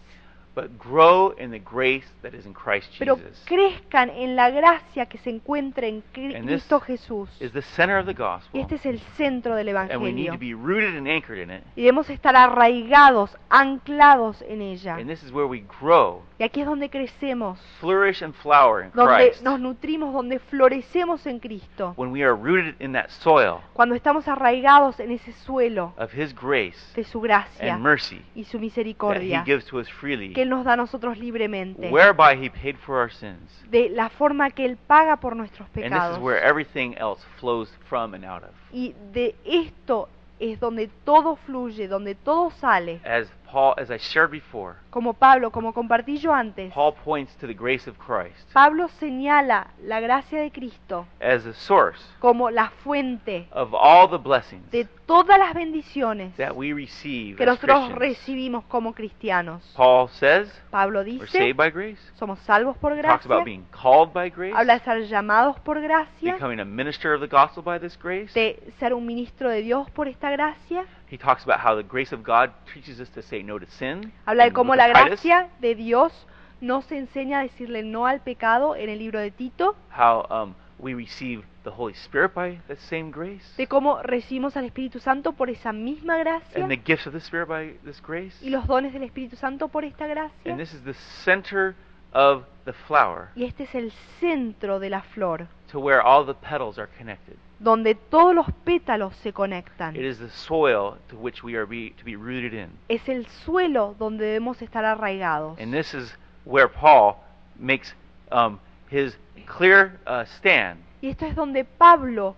Speaker 1: but grow in the grace that is in Christ
Speaker 2: pero
Speaker 1: Jesus.
Speaker 2: crezcan en la gracia que se encuentra en Cri-
Speaker 1: And this
Speaker 2: Cristo Jesús.
Speaker 1: Is the center of the
Speaker 2: Y
Speaker 1: gospel,
Speaker 2: este es el centro del
Speaker 1: and we need to
Speaker 2: Evangelio.
Speaker 1: be rooted and anchored in it.
Speaker 2: Y debemos estar arraigados, anclados en ella.
Speaker 1: And this is where we grow,
Speaker 2: Y aquí es donde crecemos,
Speaker 1: flourish and flower in
Speaker 2: donde
Speaker 1: Christ.
Speaker 2: nos nutrimos, donde florecemos en Cristo.
Speaker 1: When we are rooted in that soil
Speaker 2: Cuando estamos arraigados en ese suelo
Speaker 1: of His grace
Speaker 2: de su gracia
Speaker 1: and mercy
Speaker 2: y
Speaker 1: that
Speaker 2: su
Speaker 1: He
Speaker 2: misericordia
Speaker 1: gives to us
Speaker 2: que
Speaker 1: freely,
Speaker 2: Él nos da a nosotros libremente,
Speaker 1: whereby He paid for our sins.
Speaker 2: de la forma que Él paga por nuestros
Speaker 1: And this is
Speaker 2: pecados.
Speaker 1: where everything else flows from and out of.
Speaker 2: Y de esto es donde todo fluye, donde todo sale.
Speaker 1: As Paul, as I shared before,
Speaker 2: Como Pablo, como compartí yo antes,
Speaker 1: Paul points to the grace of Christ
Speaker 2: Pablo señala la gracia de Cristo
Speaker 1: as the source
Speaker 2: como la fuente
Speaker 1: of all the blessings
Speaker 2: de todas las bendiciones
Speaker 1: that
Speaker 2: que
Speaker 1: we receive as
Speaker 2: nosotros
Speaker 1: Christians.
Speaker 2: recibimos como cristianos.
Speaker 1: Paul says
Speaker 2: Pablo
Speaker 1: we're saved
Speaker 2: dice,
Speaker 1: by grace.
Speaker 2: somos salvos por
Speaker 1: He talks
Speaker 2: gracia,
Speaker 1: about being called by grace,
Speaker 2: habla de ser llamados por gracia,
Speaker 1: becoming a minister of the gospel by this grace.
Speaker 2: de ser un ministro de Dios por esta gracia,
Speaker 1: He talks about how the grace of God teaches us to say no to sin.
Speaker 2: habla de
Speaker 1: in
Speaker 2: cómo
Speaker 1: the
Speaker 2: la
Speaker 1: book of Titus.
Speaker 2: gracia de Dios nos enseña a decirle no al pecado en el libro de Tito.
Speaker 1: How um, we receive the Holy Spirit by that same grace,
Speaker 2: de cómo recibimos al Espíritu Santo por esa misma gracia
Speaker 1: and the gifts of the Spirit by this grace.
Speaker 2: y los dones del Espíritu Santo por esta gracia.
Speaker 1: And this is the center of the flower
Speaker 2: Y este es el centro de la flor,
Speaker 1: to where all the petals are connected.
Speaker 2: donde todos los pétalos se conectan.
Speaker 1: It is the soil to which we are be, to be rooted in.
Speaker 2: Es el suelo donde debemos estar arraigados.
Speaker 1: And this is where Paul makes um, his clear uh, stand
Speaker 2: Y esto es donde Pablo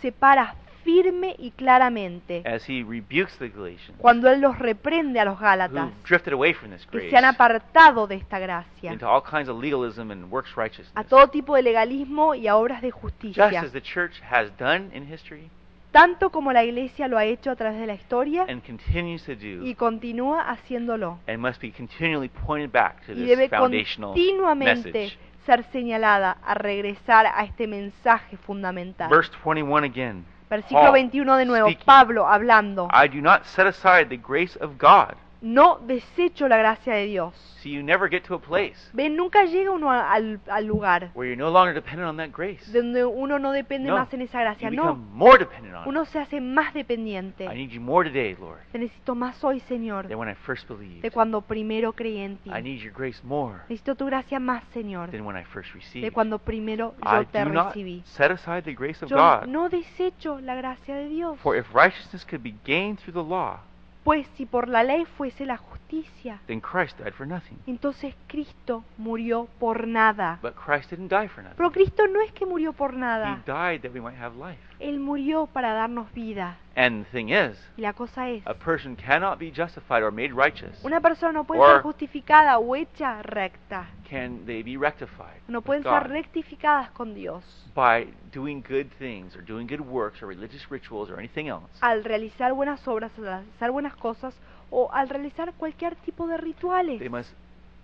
Speaker 2: se para firme y claramente
Speaker 1: as he rebukes the Galatians
Speaker 2: cuando él los reprende a los Gálatas,
Speaker 1: who drifted away from this
Speaker 2: que
Speaker 1: grace
Speaker 2: se han apartado de esta gracia,
Speaker 1: into all kinds of legalism and works righteousness.
Speaker 2: a todo tipo de legalismo y a obras de
Speaker 1: Just
Speaker 2: justicia,
Speaker 1: as the church has done in history
Speaker 2: tanto como la Iglesia lo ha hecho a través de la historia
Speaker 1: and continues to
Speaker 2: y
Speaker 1: do,
Speaker 2: continúa haciéndolo.
Speaker 1: and must be continually pointed back to
Speaker 2: Y
Speaker 1: this
Speaker 2: debe
Speaker 1: foundational
Speaker 2: continuamente
Speaker 1: message.
Speaker 2: ser señalada a regresar a este mensaje fundamental.
Speaker 1: Verse 21 again.
Speaker 2: Versículo
Speaker 1: Paul
Speaker 2: 21 de nuevo,
Speaker 1: speaking.
Speaker 2: Pablo hablando,
Speaker 1: I do not set aside the grace of God.
Speaker 2: no desecho la gracia de Dios.
Speaker 1: So you never get to a place
Speaker 2: Ven, nunca llega uno a- al, al lugar
Speaker 1: where you're no longer dependent on that grace.
Speaker 2: donde uno no depende
Speaker 1: No,
Speaker 2: más en esa gracia.
Speaker 1: you
Speaker 2: No,
Speaker 1: become more dependent on
Speaker 2: uno se hace más
Speaker 1: it. I
Speaker 2: dependiente.
Speaker 1: need you more today, Lord,
Speaker 2: Te necesito más hoy, Señor,
Speaker 1: than when I first believed.
Speaker 2: de cuando primero creí en ti.
Speaker 1: I need your grace more
Speaker 2: Necesito tu gracia más, Señor,
Speaker 1: than when I first received.
Speaker 2: de cuando primero
Speaker 1: I
Speaker 2: yo te
Speaker 1: do not
Speaker 2: recibí.
Speaker 1: set aside the grace of
Speaker 2: Yo
Speaker 1: God.
Speaker 2: no desecho la gracia de Dios.
Speaker 1: For if righteousness could be gained through the law,
Speaker 2: Pues si por la ley fuese la justicia,
Speaker 1: then Christ died for nothing.
Speaker 2: entonces Cristo murió por nada.
Speaker 1: But Christ didn't die for nothing.
Speaker 2: Pero Cristo no es que murió por
Speaker 1: He
Speaker 2: nada.
Speaker 1: died that we might have life.
Speaker 2: Él murió para darnos vida.
Speaker 1: And the thing is,
Speaker 2: Y la cosa es,
Speaker 1: a person cannot be justified or made righteous.
Speaker 2: una persona no puede
Speaker 1: Or-
Speaker 2: ser justificada o hecha recta.
Speaker 1: Can they be rectified?
Speaker 2: No
Speaker 1: with
Speaker 2: pueden ser
Speaker 1: God?
Speaker 2: rectificadas con Dios
Speaker 1: by doing good things or doing good works or religious rituals or anything else.
Speaker 2: al realizar buenas obras, al realizar buenas cosas o al realizar cualquier tipo de
Speaker 1: They
Speaker 2: rituales.
Speaker 1: must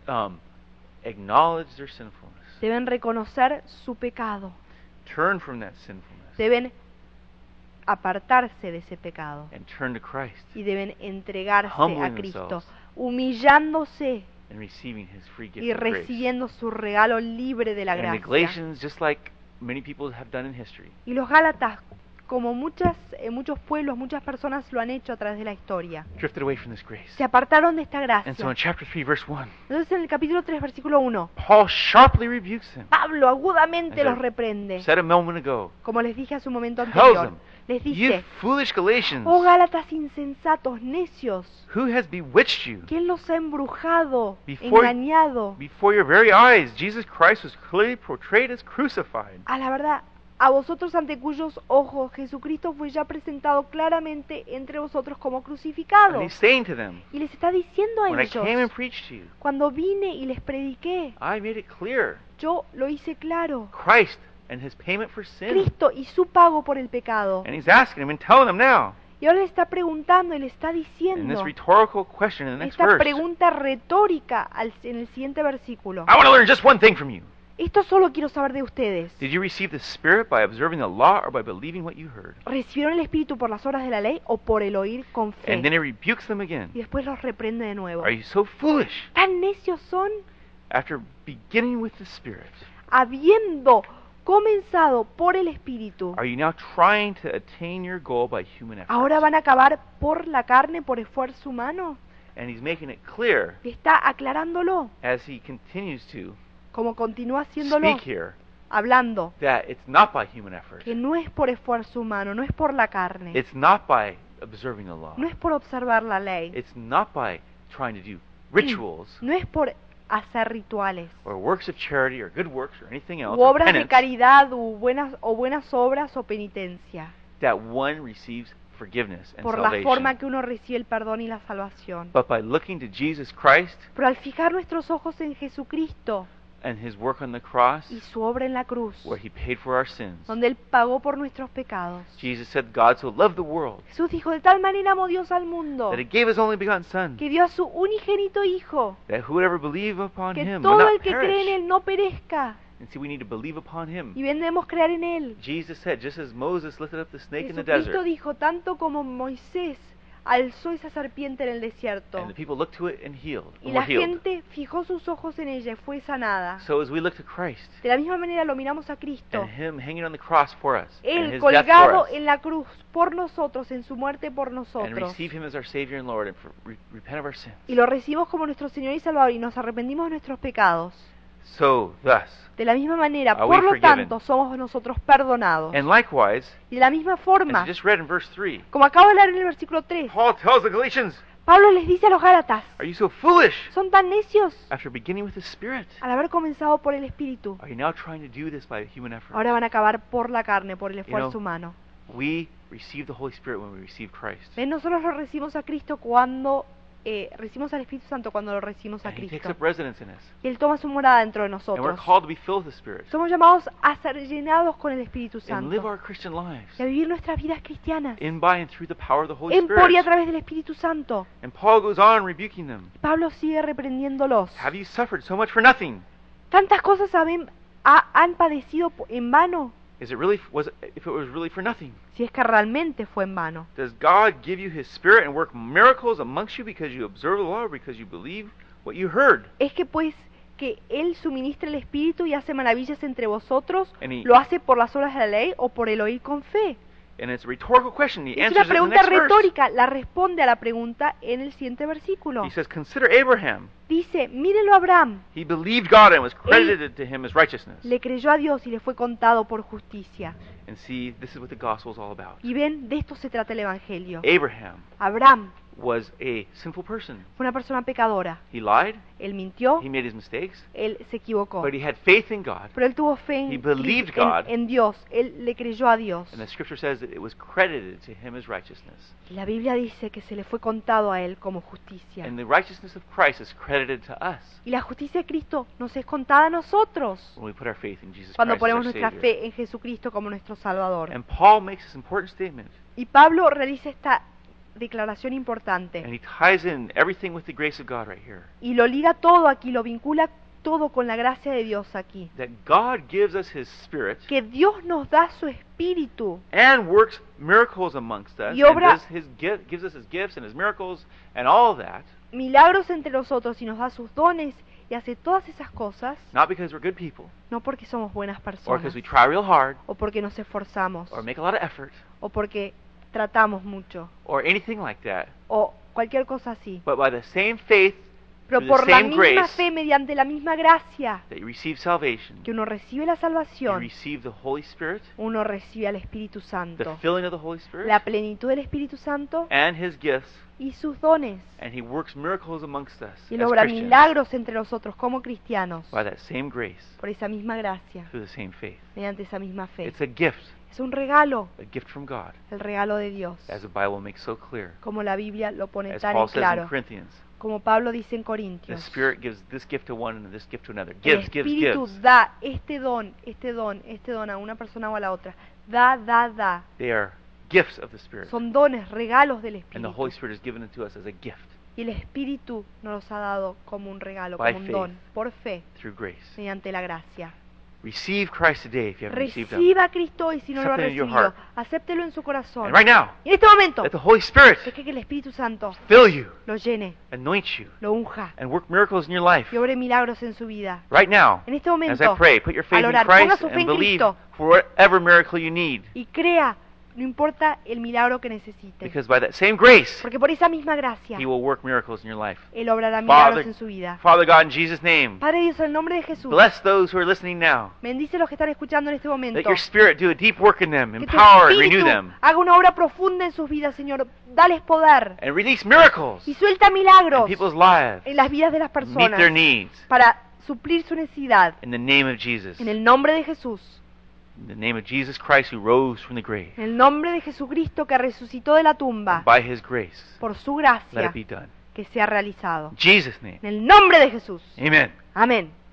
Speaker 1: um, acknowledge their sinfulness,
Speaker 2: Deben reconocer su pecado.
Speaker 1: turn from that sinfulness,
Speaker 2: Deben apartarse de ese pecado.
Speaker 1: and turn to Christ
Speaker 2: y deben entregarse a
Speaker 1: Humbling
Speaker 2: Cristo,
Speaker 1: themselves.
Speaker 2: humillándose
Speaker 1: and receiving His free gift
Speaker 2: y
Speaker 1: of grace.
Speaker 2: recibiendo su regalo libre de la
Speaker 1: And the
Speaker 2: gracia.
Speaker 1: Galatians, just like many people have done in history,
Speaker 2: Y los Gálatas, como muchas, en muchos pueblos, muchas personas lo han hecho a través de la historia,
Speaker 1: drifted away from this grace.
Speaker 2: se apartaron de esta gracia.
Speaker 1: And so in chapter 3, verse 1,
Speaker 2: Entonces en el capítulo 3, versículo 1,
Speaker 1: Paul sharply rebukes them.
Speaker 2: Pablo agudamente
Speaker 1: As I
Speaker 2: los reprende,
Speaker 1: Said a moment ago,
Speaker 2: como les dije hace un momento
Speaker 1: Tells
Speaker 2: anterior.
Speaker 1: them,
Speaker 2: Les
Speaker 1: You
Speaker 2: dice,
Speaker 1: foolish Galatians,
Speaker 2: oh Gálatas insensatos, necios,
Speaker 1: who has bewitched you?
Speaker 2: ¿quién los ha embrujado,
Speaker 1: Before-
Speaker 2: engañado?
Speaker 1: Before your very eyes, Jesus Christ was clearly portrayed as crucified.
Speaker 2: A Ah, la verdad, a vosotros ante cuyos ojos Jesucristo fue ya presentado claramente entre vosotros como crucificado.
Speaker 1: And he's saying to them,
Speaker 2: Y les está diciendo
Speaker 1: When
Speaker 2: a
Speaker 1: I came and
Speaker 2: ellos,
Speaker 1: preached to you,
Speaker 2: cuando vine y les prediqué,
Speaker 1: I made it clear
Speaker 2: yo lo hice claro.
Speaker 1: Christ and his payment for sin.
Speaker 2: Cristo y su pago por el pecado.
Speaker 1: And he's asking them and telling them now
Speaker 2: Y ahora le está preguntando y le está
Speaker 1: in this
Speaker 2: diciendo
Speaker 1: rhetorical question in the next
Speaker 2: esta
Speaker 1: verse.
Speaker 2: pregunta retórica al- en el siguiente versículo.
Speaker 1: I want to learn just one thing from you.
Speaker 2: Esto solo quiero saber de ustedes.
Speaker 1: Did you receive the Spirit by observing the law or by believing what you heard?
Speaker 2: ¿Recibieron el Espíritu por las obras de la ley o por el oír con fe?
Speaker 1: And then he rebukes them again.
Speaker 2: Y después los reprende de nuevo.
Speaker 1: Are you so foolish?
Speaker 2: ¿Tan necios son?
Speaker 1: After beginning with the Spirit,
Speaker 2: habiendo comenzado por el Espíritu,
Speaker 1: are you now trying to attain your goal by human effort?
Speaker 2: ahora van a acabar por la carne, por esfuerzo humano.
Speaker 1: And he's making it clear
Speaker 2: Y está aclarándolo,
Speaker 1: as he continues to
Speaker 2: como continúa haciéndolo,
Speaker 1: speak here
Speaker 2: hablando,
Speaker 1: that it's not by human effort.
Speaker 2: que no es por esfuerzo humano, no es por la carne,
Speaker 1: It's not by observing the law.
Speaker 2: no es por Mm. observar la ley,
Speaker 1: It's not by trying to do rituals
Speaker 2: no es por hacer rituales,
Speaker 1: or works of charity or good works or anything else
Speaker 2: u
Speaker 1: or
Speaker 2: obras de
Speaker 1: penance,
Speaker 2: caridad, u buenas, o buenas obras o penitencia,
Speaker 1: that one receives forgiveness and
Speaker 2: por la
Speaker 1: salvation.
Speaker 2: forma que uno recibe el perdón y la salvación.
Speaker 1: But by looking to Jesus Christ
Speaker 2: Pero al fijar nuestros ojos en Jesucristo
Speaker 1: and his work on the cross,
Speaker 2: y su obra en la cruz,
Speaker 1: where he paid for our sins,
Speaker 2: donde Él pagó por nuestros pecados.
Speaker 1: Jesus said, God so loved the world
Speaker 2: Jesús dijo, de tal manera amó Dios al mundo,
Speaker 1: that he gave his only begotten Son,
Speaker 2: que dio a su unigénito Hijo,
Speaker 1: that whoever believe upon
Speaker 2: que
Speaker 1: him will
Speaker 2: todo el
Speaker 1: not
Speaker 2: que cree en
Speaker 1: perish.
Speaker 2: Él no perezca,
Speaker 1: And see, we need to believe upon
Speaker 2: y
Speaker 1: him.
Speaker 2: bien debemos creer en Él.
Speaker 1: Jesus said, just as Moses lifted up the snake in the
Speaker 2: Jesucristo
Speaker 1: desert,
Speaker 2: dijo, tanto como Moisés alzó esa serpiente en el desierto.
Speaker 1: And the people looked to it and healed.
Speaker 2: Y
Speaker 1: and
Speaker 2: la
Speaker 1: were healed.
Speaker 2: gente fijó sus ojos en ella y fue sanada.
Speaker 1: So as we look to Christ
Speaker 2: De la misma manera lo miramos a Cristo.
Speaker 1: and Him hanging on the cross for us, and
Speaker 2: Él
Speaker 1: His death for
Speaker 2: colgado
Speaker 1: us,
Speaker 2: en la cruz por nosotros, en su muerte por
Speaker 1: and
Speaker 2: nosotros.
Speaker 1: receive Him as our Savior and Lord, and for, re- repent of our sins.
Speaker 2: Y lo recibimos como nuestro Señor y Salvador y nos arrepentimos de nuestros pecados.
Speaker 1: So thus,
Speaker 2: De la misma manera,
Speaker 1: Are Ah, we
Speaker 2: por lo
Speaker 1: forgiven?
Speaker 2: tanto, somos nosotros perdonados.
Speaker 1: and likewise,
Speaker 2: Y de la misma
Speaker 1: as
Speaker 2: forma,
Speaker 1: we just read in verse three,
Speaker 2: como acabo de leer en el versículo 3,
Speaker 1: Paul tells the Galatians,
Speaker 2: Pablo les dice a los Gálatas,
Speaker 1: "Are you so foolish?
Speaker 2: son tan necios
Speaker 1: After beginning with the Spirit,
Speaker 2: al haber comenzado por el Espíritu.
Speaker 1: are you now trying to do this by human effort?"
Speaker 2: Ahora van a acabar por la carne, por el esfuerzo
Speaker 1: know,
Speaker 2: humano.
Speaker 1: We receive the Holy Spirit when we receive Christ.
Speaker 2: ¿Ven? Nosotros lo recibimos a Cristo cuando eh, recibimos al Espíritu Santo, cuando lo recibimos a
Speaker 1: And he takes
Speaker 2: Cristo.
Speaker 1: up residence in us.
Speaker 2: Y Él toma su morada dentro de
Speaker 1: And we're
Speaker 2: nosotros.
Speaker 1: called to be filled with the Spirit
Speaker 2: Somos llamados a ser llenados con el Espíritu
Speaker 1: and live
Speaker 2: Santo
Speaker 1: our Christian lives
Speaker 2: y a vivir nuestras vidas cristianas
Speaker 1: in, by, and through the power of the Holy
Speaker 2: en por y a
Speaker 1: Spirit.
Speaker 2: través del Espíritu Santo.
Speaker 1: And Paul goes on rebuking them.
Speaker 2: Pablo sigue reprendiéndolos.
Speaker 1: Have you suffered so much for nothing?
Speaker 2: Tantas cosas haben- ha- han padecido po- en vano,
Speaker 1: Is it really was it, if it was really for nothing?
Speaker 2: si es que realmente fue en vano.
Speaker 1: Does God give you His Spirit and work miracles amongst you because you observe the law or because you believe what you heard?
Speaker 2: Es que pues que Él suministra el Espíritu y hace maravillas entre vosotros,
Speaker 1: And he
Speaker 2: ¿lo hace por las obras de la ley o por el oír con fe?
Speaker 1: and it's a rhetorical question. He
Speaker 2: Es una
Speaker 1: answers it in the
Speaker 2: pregunta
Speaker 1: next verse.
Speaker 2: retórica, la responde a la pregunta en el siguiente versículo.
Speaker 1: He says, "Consider Abraham.
Speaker 2: Dice, mírenlo a Abraham,
Speaker 1: He believed God and was credited to him as righteousness."
Speaker 2: le creyó a Dios y le fue contado por justicia.
Speaker 1: And see, this is what the gospel is all about.
Speaker 2: Y ven, de esto se trata el Evangelio.
Speaker 1: Eh. Abraham
Speaker 2: Abraham
Speaker 1: was a sinful person.
Speaker 2: fue una persona pecadora.
Speaker 1: He lied,
Speaker 2: Él mintió,
Speaker 1: he made his mistakes,
Speaker 2: él se equivocó.
Speaker 1: but he had faith in God.
Speaker 2: Pero él tuvo fe en,
Speaker 1: He believed
Speaker 2: en-
Speaker 1: God.
Speaker 2: en Dios, él le creyó a Dios.
Speaker 1: And the scripture says that it was credited to him as righteousness.
Speaker 2: Y la Biblia dice que se le fue contado a él como justicia.
Speaker 1: And the righteousness of Christ is credited to us
Speaker 2: Y la justicia de Cristo nos es contada a nosotros
Speaker 1: when we put our faith in Jesus
Speaker 2: cuando
Speaker 1: Christ
Speaker 2: ponemos
Speaker 1: as
Speaker 2: nuestra
Speaker 1: our Savior.
Speaker 2: fe en Jesucristo como nuestro Salvador.
Speaker 1: And Paul makes this important statement,
Speaker 2: Y Pablo realiza esta declaración
Speaker 1: and
Speaker 2: importante
Speaker 1: he ties in everything with the grace of God right here.
Speaker 2: y lo liga todo aquí, lo vincula todo con la gracia de Dios aquí.
Speaker 1: That God gives us His Spirit
Speaker 2: Que Dios nos da su espíritu
Speaker 1: and works miracles amongst us,
Speaker 2: Y obra-
Speaker 1: and does his gi- gives us His gifts and His miracles and all that,
Speaker 2: milagros entre nosotros y nos da sus dones y hace todas esas cosas,
Speaker 1: not because we're good people,
Speaker 2: no porque somos buenas
Speaker 1: or
Speaker 2: personas
Speaker 1: because we try real hard,
Speaker 2: o porque nos esforzamos
Speaker 1: or make a lot of effort,
Speaker 2: o porque tratamos mucho
Speaker 1: or anything like that,
Speaker 2: o cualquier cosa así,
Speaker 1: but by the same faith
Speaker 2: pero
Speaker 1: through the
Speaker 2: por la
Speaker 1: same
Speaker 2: misma
Speaker 1: grace
Speaker 2: fe, mediante la misma gracia
Speaker 1: that you receive salvation,
Speaker 2: que uno recibe la
Speaker 1: you
Speaker 2: salvación,
Speaker 1: receive the Holy Spirit,
Speaker 2: uno recibe al Espíritu
Speaker 1: the
Speaker 2: Santo,
Speaker 1: filling of the Holy Spirit,
Speaker 2: la plenitud del Espíritu Santo
Speaker 1: and His gifts,
Speaker 2: y sus dones.
Speaker 1: and He works miracles amongst us
Speaker 2: Y
Speaker 1: as
Speaker 2: logra
Speaker 1: Christians
Speaker 2: milagros entre nosotros como cristianos
Speaker 1: by that same grace
Speaker 2: por esa misma gracia,
Speaker 1: through the same faith.
Speaker 2: mediante esa misma fe.
Speaker 1: It's a gift,
Speaker 2: Es un regalo,
Speaker 1: a gift from God,
Speaker 2: el regalo de Dios,
Speaker 1: as the Bible makes so clear.
Speaker 2: como la Biblia lo pone
Speaker 1: As
Speaker 2: tan en
Speaker 1: Paul says in
Speaker 2: claro,
Speaker 1: Corinthians,
Speaker 2: como Pablo dice en
Speaker 1: the
Speaker 2: Corintios.
Speaker 1: Spirit gives this gift to one and this gift to another.
Speaker 2: El
Speaker 1: Gives, gives,
Speaker 2: Espíritu
Speaker 1: gives.
Speaker 2: da este don, este don, este don a una persona o a la otra. Da, da, da.
Speaker 1: They are gifts of the Spirit.
Speaker 2: Son dones, regalos del
Speaker 1: And the Holy
Speaker 2: Espíritu.
Speaker 1: Spirit is given to us as a gift
Speaker 2: Y el Espíritu nos los ha dado como un regalo,
Speaker 1: By
Speaker 2: como un
Speaker 1: faith.
Speaker 2: don, por fe,
Speaker 1: through grace.
Speaker 2: mediante la gracia.
Speaker 1: Receive Christ today if you haven't received Him.
Speaker 2: Reciba a Cristo y si no lo ha
Speaker 1: Accept it in your
Speaker 2: recibido,
Speaker 1: heart.
Speaker 2: acéptelo en su corazón.
Speaker 1: And right now,
Speaker 2: Y en este momento,
Speaker 1: let the Holy Spirit
Speaker 2: deje que el Espíritu Santo
Speaker 1: fill you,
Speaker 2: lo llene,
Speaker 1: anoint you,
Speaker 2: lo unja
Speaker 1: and work miracles in your life.
Speaker 2: y obre milagros en su vida.
Speaker 1: Right now,
Speaker 2: En este
Speaker 1: as I
Speaker 2: momento,
Speaker 1: pray, put your faith
Speaker 2: al
Speaker 1: in
Speaker 2: orar, ponga
Speaker 1: Christ
Speaker 2: su fe
Speaker 1: and
Speaker 2: en
Speaker 1: believe
Speaker 2: Cristo
Speaker 1: for whatever miracle you need.
Speaker 2: y crea, no importa el milagro que necesite.
Speaker 1: Because by that same grace,
Speaker 2: Porque por esa misma gracia,
Speaker 1: He will work miracles in your life.
Speaker 2: Él obrará milagros
Speaker 1: Father,
Speaker 2: en su vida.
Speaker 1: Father God, in Jesus' name,
Speaker 2: Padre Dios, en el nombre de Jesús,
Speaker 1: bless those who are listening now.
Speaker 2: bendice los que están escuchando en este
Speaker 1: Let
Speaker 2: momento.
Speaker 1: your Spirit do a deep work in them,
Speaker 2: Que tu
Speaker 1: empower and renew
Speaker 2: Espíritu
Speaker 1: them,
Speaker 2: haga una obra profunda en sus vidas, Señor. Dales poder
Speaker 1: and release miracles
Speaker 2: y suelta
Speaker 1: in
Speaker 2: milagros
Speaker 1: people's lives,
Speaker 2: en las vidas de las
Speaker 1: meet
Speaker 2: personas
Speaker 1: their needs.
Speaker 2: para suplir su necesidad.
Speaker 1: In the name of Jesus.
Speaker 2: En el nombre de Jesús,
Speaker 1: In the name of Jesus Christ who rose from the grave.
Speaker 2: en el nombre de Jesucristo que resucitó de la tumba,
Speaker 1: And by his grace,
Speaker 2: por su
Speaker 1: let
Speaker 2: gracia
Speaker 1: it be done.
Speaker 2: que sea realizado.
Speaker 1: In Jesus' name.
Speaker 2: En el nombre de Jesús.
Speaker 1: Amen.
Speaker 2: Amén.